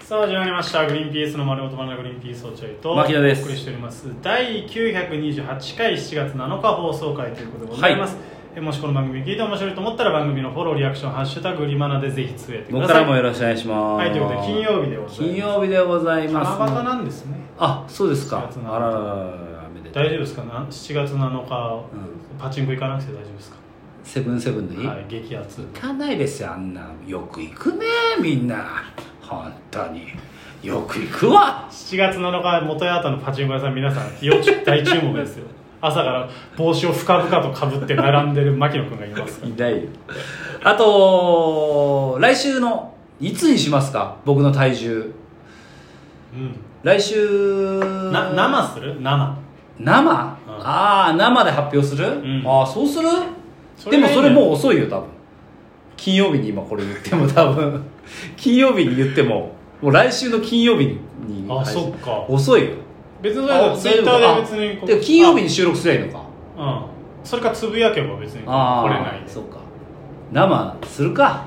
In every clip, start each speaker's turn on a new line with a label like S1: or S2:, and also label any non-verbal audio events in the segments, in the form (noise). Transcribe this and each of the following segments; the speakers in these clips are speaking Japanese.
S1: さあ始まりました「グリーンピースの丸ごとバナナグリーンピースをちょいと」
S2: 牧野です
S1: お送りしております第928回7月7日放送回ということでございます、
S2: は
S1: えもしこの番組聞いて面白いと思ったら番組のフォローリアクション「ハッシュタググリマナ」でぜひつぶやいてく
S2: 僕
S1: だ
S2: か
S1: さい
S2: らもよろしくお願いします。
S1: はいということで金曜日でございます
S2: 金曜日でございます。
S1: 七夕なんですね
S2: あ、そうです
S1: 7
S2: か。
S1: 月の
S2: あららららら、めでたい
S1: 大丈夫ですかな7月7日、
S2: う
S1: パチンコ行かなくて大丈夫ですか、
S2: セブンセブンの日、
S1: はい激アツ
S2: 行かないですよ、あんな。よく行くね、みんな。本当に。よく行くわ。
S1: 7月7日元八幡のパチンコ屋さん皆さん要注大注目ですよ朝から帽子を深々とかぶって並んでる牧野君がいますから
S2: いないよ。あと、来週の、いつにしますか僕の体重。
S1: うん
S2: 来週。
S1: な生する生
S2: 生、ああー生で発表する、
S1: ん
S2: ああそうする
S1: そ
S2: で
S1: れが
S2: も
S1: いい
S2: そ
S1: ね
S2: れもう遅いよ多分金曜日に今これ言っても多分 (laughs) 金曜日に言ってももう来週の金曜日に
S1: あそっか
S2: 遅いよ
S1: 別にそれだ
S2: あ
S1: ツイッタ
S2: 大丈夫
S1: ーで
S2: か
S1: 別にこう
S2: あで金曜日に収録すりゃいいのか
S1: あうんそれかつぶやけば別に
S2: あ
S1: 来
S2: あ
S1: れないで
S2: そっか生するか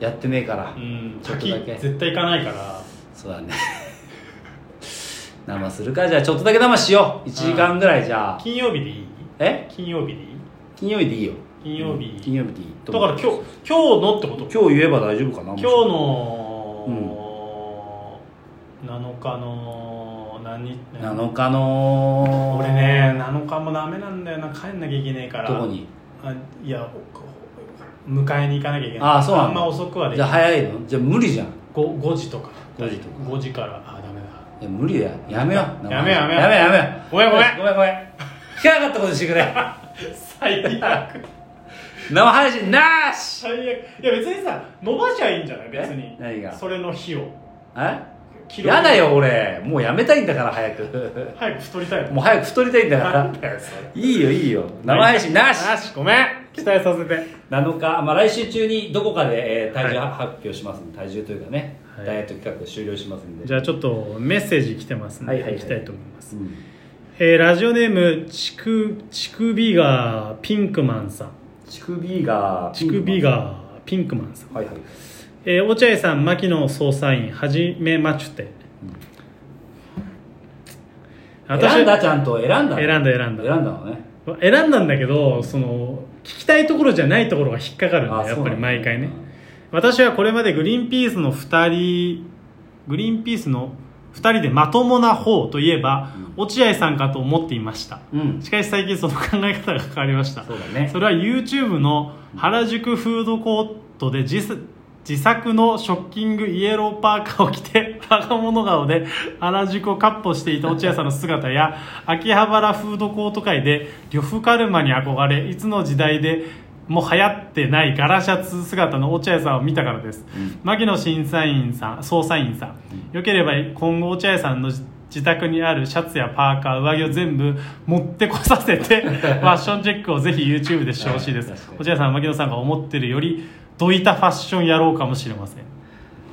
S2: やってねえから、
S1: うん
S2: ちょっと
S1: 滝
S2: だけ
S1: 絶対行かないから
S2: そうだね (laughs) 生するかじゃあちょっとだけ生しよう1時間ぐらいじゃあ
S1: 金曜日でいい
S2: え
S1: 金曜日でいい
S2: 金曜日でいいよ
S1: 金曜日
S2: うん金曜日でいい
S1: だから今日今日のってこと
S2: 今日言えば大丈夫かな
S1: 今日
S2: うん
S1: の7日の何日
S2: 7日の
S1: 俺ね7日もダメなんだよな帰んなきゃいけねえから
S2: どこに
S1: あいやおこ迎えに行かなきゃいけない
S2: ああそうなんだ
S1: んま遅くはでき
S2: じゃあ
S1: ない
S2: 早いのじゃあ無理じゃんい
S1: 5, 5時とか
S2: 5時とか
S1: 5時からあダメだ
S2: や無理だよやめよう
S1: やめようやめよう
S2: やめようやめよう
S1: ごめんごめん
S2: ごめんごめん聞かなかったことにしてくれ
S1: (laughs) (laughs) 最悪
S2: 生配信なーし
S1: 最悪いや別にさ伸ばしゃいいんじゃない別に
S2: え何が
S1: それの日を
S2: え
S1: 記録
S2: やだよ俺もうやめたいんだから早く (laughs)
S1: 早く太りたい
S2: もう早く太りたいんだか
S1: な
S2: ら
S1: んだよそれ
S2: いいよいいよ生配信なし
S1: なしごめん期待させて
S2: 7日、まあ、来週中にどこかで、えー体重は発表しますんで体重というかね、
S1: はい
S2: ダイエット企画終了しますんで
S1: じゃあちょっとメッセージ来てますんで、
S2: はいいはいはい
S1: きたいと思います、
S2: うん
S1: えーラジオネームちくちくびがピンクマンさん
S2: 乳首が
S1: ちくびがピンクマンさん、
S2: はいはい
S1: えー、落合さん牧野捜査員はじめまちゅて、私
S2: 選んだちゃんと選んだの
S1: 選んだ選んだ
S2: 選んだのね
S1: 選んだんだけどその聞きたいところじゃないところが引っかかるん
S2: あ
S1: だよやっぱり毎回ね
S2: そうなんだ
S1: 私はこれまでグリーンピースの2人グリーンピースの2人でまともな方といえば、落合さんかと思っていました
S2: うん
S1: しかし最近その考え方が変わりました
S2: そうだね
S1: それは YouTube の原宿フードコートで自す自作のショッキングイエローパーカーを着て (laughs) バカ物顔で原宿を闊歩していた落合さんの姿や秋葉原フードコート界で呂布カルマに憧れいつの時代でも流行ってないガラシャツ姿の落合さんを見たからです、牧野審査員さん捜査員さん、よければ今後落合さんの自宅にあるシャツやパーカー上着を全部持ってこさせ
S2: (laughs)
S1: てファッションチェックをぜひ YouTube でしてほしいです
S2: はい確かに
S1: 落合さん牧野さんが思ってるよりどいたファッション野郎かもしれません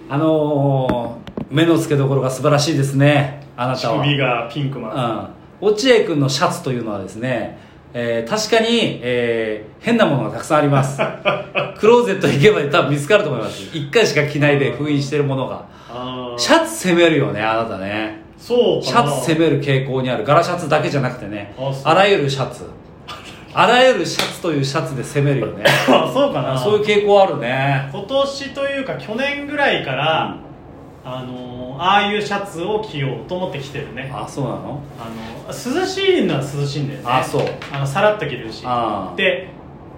S2: あのー、目の付けどころが素晴らしいですねあなたは
S1: がピンクマ
S2: うん、落合君のシャツというのはですね、えー確かに、えー変なものがたくさんあります
S1: (laughs)
S2: クローゼット行けば多分見つかると思います一回しか着ないで封印してるものがシャツ攻めるよねあなたね
S1: そう
S2: シャツ攻める傾向にある柄シャツだけじゃなくてね
S1: あそう
S2: あらゆるシャツあらゆるシャツというシャツで攻めるよね
S1: そうかな
S2: そういう傾向あるね
S1: 今年というか去年ぐらいから、あのーああいうシャツを着ようと思って着てるねあ
S2: あそうなの
S1: の涼しいのは涼しいんだよね
S2: あそう
S1: あのさらっと着れるし
S2: あー
S1: で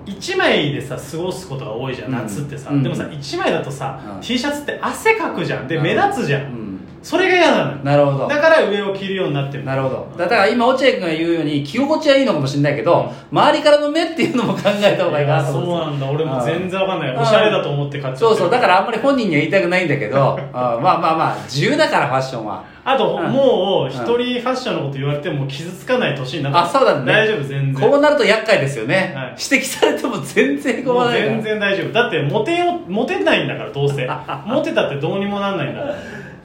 S1: 1枚でさ過ごすことが多いじゃん
S2: うん
S1: 夏ってさ、
S2: うん
S1: でもさ1枚だとさ、
S2: うん
S1: T シャツって汗かくじゃんで
S2: うん
S1: 目立つじゃん、
S2: うん
S1: それが嫌なのよ
S2: なるほど
S1: だから上を着るようになってる
S2: なるほどだから今落合君が言うように着心地はいいのかもしれないけど、周りからの目っていうのも考えた方がいい
S1: いや
S2: なと
S1: そ
S2: 思
S1: うなんだ俺も全然わかんない
S2: うん
S1: おしゃれだと思って買っちゃってる
S2: そうそうだからあんまり本人には言いたくないんだ
S1: (laughs)
S2: けどうんまあまあまあ自由だからファッションは
S1: あと、
S2: うん
S1: もう一人ファッションのこと言われても傷つかない年になった
S2: あそうだね
S1: 大丈夫全然
S2: こうなると厄介ですよね、
S1: はい
S2: 指摘されても全然困
S1: も
S2: ら
S1: う
S2: ないから
S1: 全然大丈夫だってモテよモテないんだからどう
S2: (laughs)
S1: せモテたってどうにもなんないんだか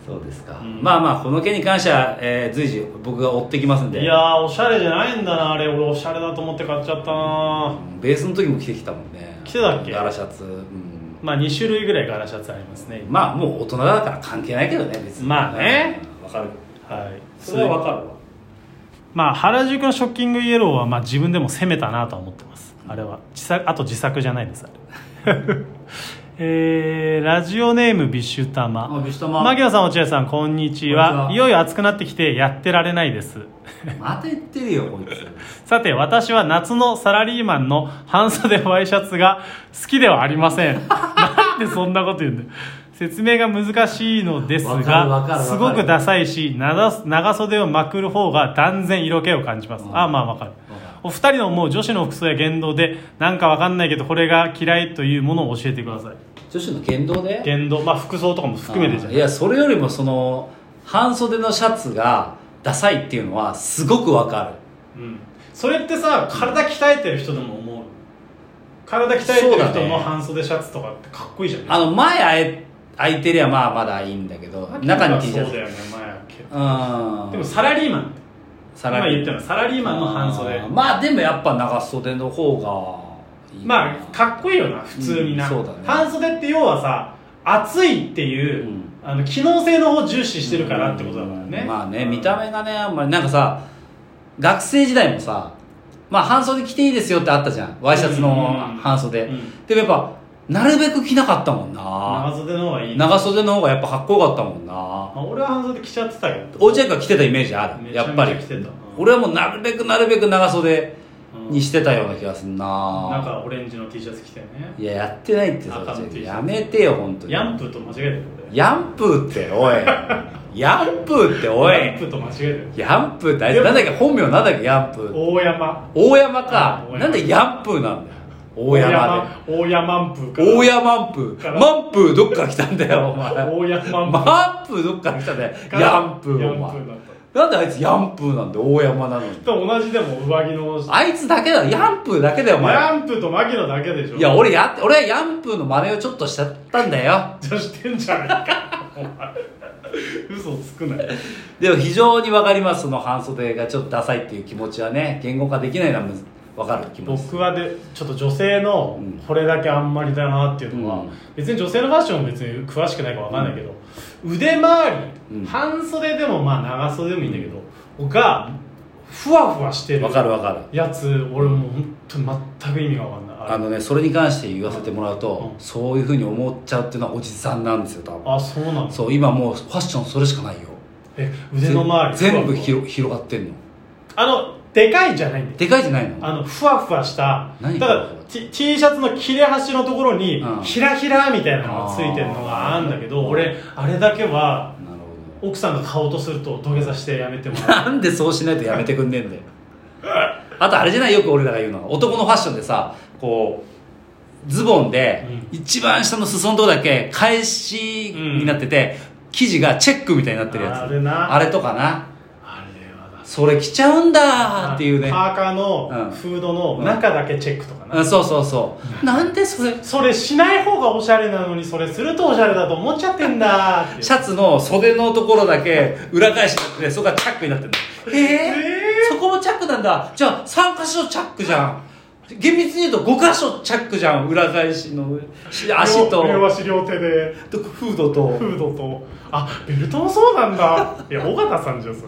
S2: そうですか、
S1: ん
S2: まあまあこの件に関しては、えー随時僕が追ってきますん
S1: ら
S2: で
S1: いやーおしゃれじゃないんだなあれ俺おしゃれだと思って買っちゃったな
S2: ベースの時も着てきたもんね
S1: 着てたっけ
S2: ガラシャツ、うん、
S1: まあ2種類ぐらい柄シャツありますね、
S2: まあもう大人だから関係ないけどね別に
S1: まあね
S2: うんわかる
S1: はい、
S2: それはわかるわ
S1: まあ原宿のショッキングイエローはまあ自分でも攻めたなとは思ってますあれは自作あと自作じゃないですあれ (laughs) えー、ラジオネームビッシュタマ
S2: あビシュタマ
S1: マギ野さん落合さんこんにち
S2: こんにち
S1: は
S2: はい
S1: よいよ暑くなってきてやってられないです
S2: また言ってるよこいつ
S1: さて私は夏のサラリーマンの半袖ワイシャツが好きではありませ
S2: (laughs)
S1: んなんでそんなこと言うんだよ説明が難しいのです
S2: わかるわかるわか
S1: が
S2: る
S1: すごくダサいし長長袖をまくる方が断然色気を感じます、
S2: うん
S1: ああまあわかる
S2: わかる
S1: お二人の思う女子の服装や言動でなんかわかんないけどこれが嫌いというものを教えてください
S2: 女子の言動で
S1: 言動まあ服装とかも含めてじゃ
S2: いやそれよりもその半袖のシャツがダサいっていうのはすごくわか
S1: うん、それってさ体鍛えてる人でも思う体鍛えて
S2: そう
S1: る
S2: だ
S1: 人
S2: ね
S1: の半袖シャツとかってかっこいいじゃん
S2: るあの前あえ開いてりゃまあまだいいんだけど中に T シ
S1: そ
S2: ャ
S1: うだ
S2: ツ
S1: よね前開け
S2: うん
S1: でもサラリーマン
S2: さ
S1: 今言ったのはサラリーマンの半袖
S2: あーまあでもやっぱ長袖の方がいいな
S1: まあかっこいいよな普通にな、
S2: うんそうだね
S1: 半袖って要はさ暑いっていう、
S2: うん
S1: あの機能性の方を重視してるからってことだからね、
S2: うんまあね
S1: うん
S2: 見た目がねあんまりなんかさ学生時代もさまあ半袖着ていいですよってあったじゃんワイシャツの半袖、
S1: うん
S2: でもやっぱなるべく着なかったもんな
S1: 長袖の方がいいな、
S2: 長袖の方がやっぱかっこよかったもんな
S1: まあ、俺は半袖着ちゃってたけど
S2: 落合君は着てたイメージある
S1: めちゃ
S2: や
S1: め
S2: っ
S1: ち
S2: ぱ
S1: ゃ
S2: り
S1: 着てたうん
S2: 俺はもうなるべくなるべく長袖
S1: うん
S2: にしてたような気がする
S1: なん
S2: な
S1: かオレンジの T シャツ着てね
S2: いややってないってさ
S1: 赤の T シャツ
S2: やめてよ本当に
S1: ヤンプーと間違えてる俺
S2: ヤンプーっておい
S1: (laughs)
S2: ヤンプーってお
S1: ヤンプ
S2: い
S1: ーと間違えてる
S2: ヤンプーってあいつなんだっけ本名なんだっけヤンプー
S1: 大山
S2: 大山か
S1: 大山
S2: なんでヤンプーなんだよ大山
S1: 大山大山プー
S2: で
S1: から
S2: 大山ンプー
S1: から
S2: マンプーどっから来たんだよお前
S1: 大山
S2: マ
S1: マ
S2: ンプーどっから来たんだよ
S1: から
S2: ヤンプー
S1: ヤ
S2: お
S1: ンプ
S2: 前
S1: ーだっ
S2: なんであいつヤンプーなんだよ大山なのに
S1: たと同じでも上着の
S2: あいつだけだよヤンプーだけだよお前
S1: ヤンプーとマキノだけでしょ
S2: いや俺やって俺はヤンプーの真似をちょっとしちゃったんだよ
S1: じゃあしてんじゃねえか (laughs) お前嘘つくなよ
S2: でも非常にわかりますその半袖がちょっとダサいっていう気持ちはね言語化できないのはむずわかる気持ち
S1: 僕はでちょっと女性の
S2: うん
S1: これだけあんまりだなっていうのは、
S2: うん
S1: 別に女性のファッションも別に詳しくないからわかんないけど、腕周り、
S2: うん
S1: 半袖でもまあ長袖でもいいんだけどがふわふわしてる
S2: わかるわかる
S1: やつ俺もう本当に全く意味がわかんないあれ
S2: あのねそれに関して言わせてもらうと、
S1: うん
S2: そういうふうに思っちゃうっていうのはおじさんなんですよ多分
S1: あそうなの
S2: そう今もうファッションそれしかないよ
S1: え腕の周り
S2: ぜ全
S1: ふわふ
S2: 部
S1: わ
S2: 広広がってんの
S1: あのでかいじゃないんだよ
S2: でかいじゃないの
S1: あのふわふわした
S2: 何
S1: だから T, T シャツの切れ端のところに、
S2: うん
S1: ひらひらみたいなのがついてるのがあるんだけど
S2: あー
S1: 俺あれだけは
S2: なるほ
S1: 奥さんが買おうとすると土下座してやめても
S2: ど
S1: らう
S2: なんでそうしないとやめてくんねえんだよあとあれじゃないよく俺らが言うのは男のファッションでさこうズボンで、一番下の裾のとこだけ返しになってて、生地がチェックみたいになってるやつ
S1: あれな
S2: あれとかな
S1: あれはだ
S2: それ着ちゃうんだーっていうね
S1: パーカー
S2: う
S1: の
S2: ん
S1: フードの中だけチェックとかな、
S2: うんそうそうそうなんでそれ
S1: それしない方がおしゃれなのにそれするとおしゃれだと思っちゃってんだーって
S2: シャツの袖のところだけ裏返しになっててそこがチャックになってるのへえ
S1: え
S2: そこもチャックなんだじゃあ3箇所チャックじゃん厳密に言うと5箇所チャックじゃん裏返しのひ足と
S1: 両両足両手で
S2: とフードと
S1: フードとあベルトもそうなんだいや尾形さんじゃんそ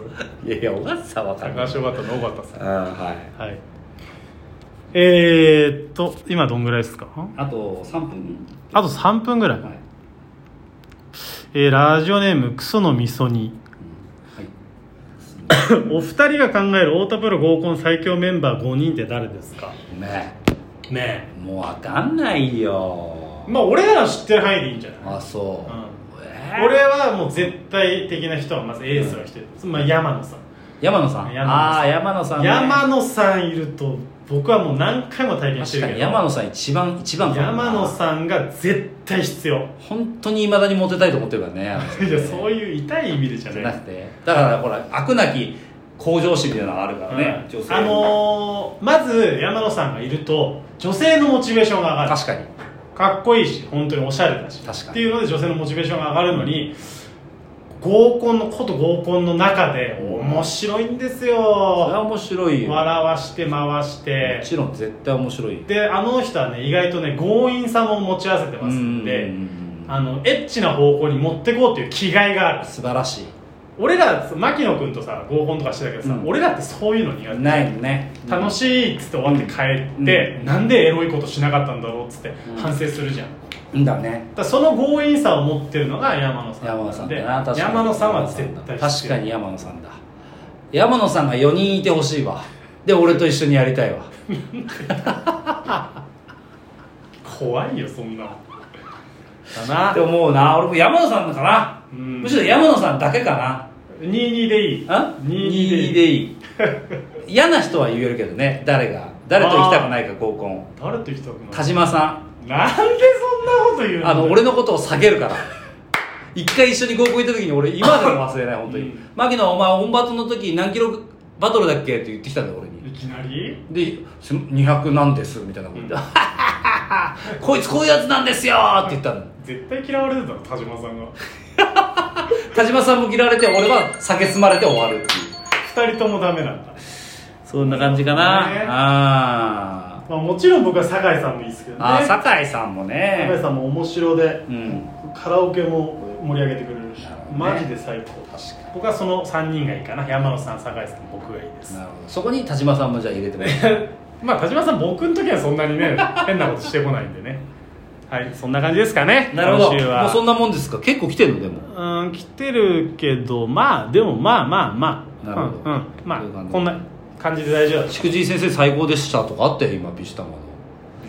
S1: れ
S2: いやいや小笠さんわかる
S1: 高橋尾形の尾形さん
S2: あはい
S1: はい。えー、っと、今どんぐらいですか
S2: あと3分
S1: あと3分ぐらい。
S2: はい、
S1: えーラジオネーム、クソのみそに。
S2: はい、
S1: (laughs) お二人が考える太田プロ合コン最強メンバー5人って誰ですか
S2: ごめん
S1: ね
S2: もうわかんないよ
S1: まあ、俺らの知ってる範囲でいいんじゃない
S2: あそう、えー
S1: 俺はもう絶対的な人はまずエースの人です、まあ、山野さん
S2: 山野さん
S1: 山野さん
S2: ああ山野さん、ね、
S1: 山野さんいると僕はもう何回も体験して
S2: 確
S1: る
S2: か
S1: け
S2: に
S1: ど
S2: 山野さん一番一番かもな
S1: 山野さんが絶対必要
S2: 本当にいまだにモテたいと思ってるからね
S1: いや (laughs) そういう痛い意味でじゃ
S2: じゃ
S1: ない
S2: なくてだからほら悪なき向上心みたいなのがあるからね、女性
S1: あのー、まず山野さんがいると女性のモチベーションが上がる
S2: 確かに
S1: かっこいいし本当におしゃれだし
S2: 確かに
S1: っていうので女性のモチベーションが上がるのに、合コンのこと合コンの中で
S2: うん
S1: 面白いんです
S2: それ
S1: よ
S2: は面白いよも
S1: 笑わして回して
S2: ちろん絶対面白いよ
S1: であの人はね意外とね強引さも持ち合わせてますんで
S2: うんうんうん
S1: あのエッチな方向に持ってこうという気概がある
S2: 素晴らし
S1: 俺ら牧野君とさ合コンとかしてたけどさ、
S2: うん
S1: 俺らってそういうの苦手
S2: いないのね
S1: 楽
S2: し
S1: しいっつって終わって帰って、
S2: うん
S1: なんでエロいことしなかったんだろうっつって
S2: ん
S1: 反省するじゃん、だ
S2: いんだね
S1: からその強引さを持ってるのが山野さん
S2: 山野さん
S1: で
S2: だな確かに
S1: 山野さんは絶対
S2: 確か
S1: に
S2: に山野さんだ山野さんが4人いてほしいわで俺と一緒にやりたいわ
S1: 怖いよそんなのだな
S2: って思うな俺も山野さんのかな、
S1: うん
S2: むしろ山野さんだけか
S1: 22でいい
S2: なあ
S1: 22で
S2: 22
S1: いい
S2: でいい嫌な人は言えるけどね誰が誰と行きたくないか合コン
S1: 誰と行きたくない
S2: 田島さ
S1: なんでそんなこと言うんの
S2: あの俺のことを下げるから一回一緒に合コン行った時に俺今でも忘れない本当
S1: う
S2: に
S1: ん
S2: 「牧野お前オンバトの時何キロバトルだっけ?」って言ってきたんだよ俺に
S1: いきなり
S2: で「す200なんです」みたいなこと言って「
S1: うん
S2: (laughs) こいつこういうやつなんですよ!」って言ったの
S1: 絶対嫌われてたの田島さんが
S2: 田島さんも嫌われて俺は酒積まれて終わるっていう
S1: 2人ともダメなんだ、
S2: そんな感じか
S1: ね
S2: な、あ
S1: まあ、もちろん僕は酒井さんもいいですけど
S2: ー
S1: ね
S2: あー酒井さんも
S1: 酒井
S2: ね
S1: さんも面白で
S2: うん
S1: カラオケも盛り上げてくれるし、
S2: なるほどね
S1: マジで最高僕はその3人がいいかな山野さん酒井さん僕がいいです
S2: なるほどそこに田島さんもじゃあ入れてもいい
S1: まあ田島さん僕の時はそんなに
S2: (laughs)
S1: ね変なことしてこないんでねはいそんな感じですかね
S2: なるほど
S1: 今週は
S2: もうそんなもんですか結構来てるのでも
S1: うん来てるけどまあでもまあまあまあ
S2: なるほど
S1: うん、うんまあ
S2: そういう感じ
S1: こんな感じで大丈夫だと
S2: しくじり先生最高でしたとかあったよ今ビシタマの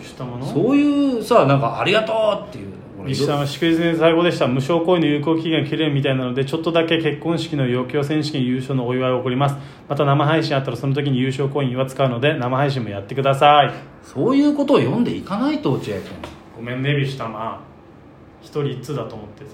S1: したもの
S2: そういうさなんかありがとうっていう俺
S1: 西さんは祝日で最後でした無償行為の有効期限が切れるみたいなのでちょっとだけ結婚式の余興選手権優勝のお祝いを送りますまた生配信あったらその時に優勝コインは使うので生配信もやってください
S2: そういうことを読んでいかないと落合君
S1: ごめんねビシタマ一人一通だと思ってさ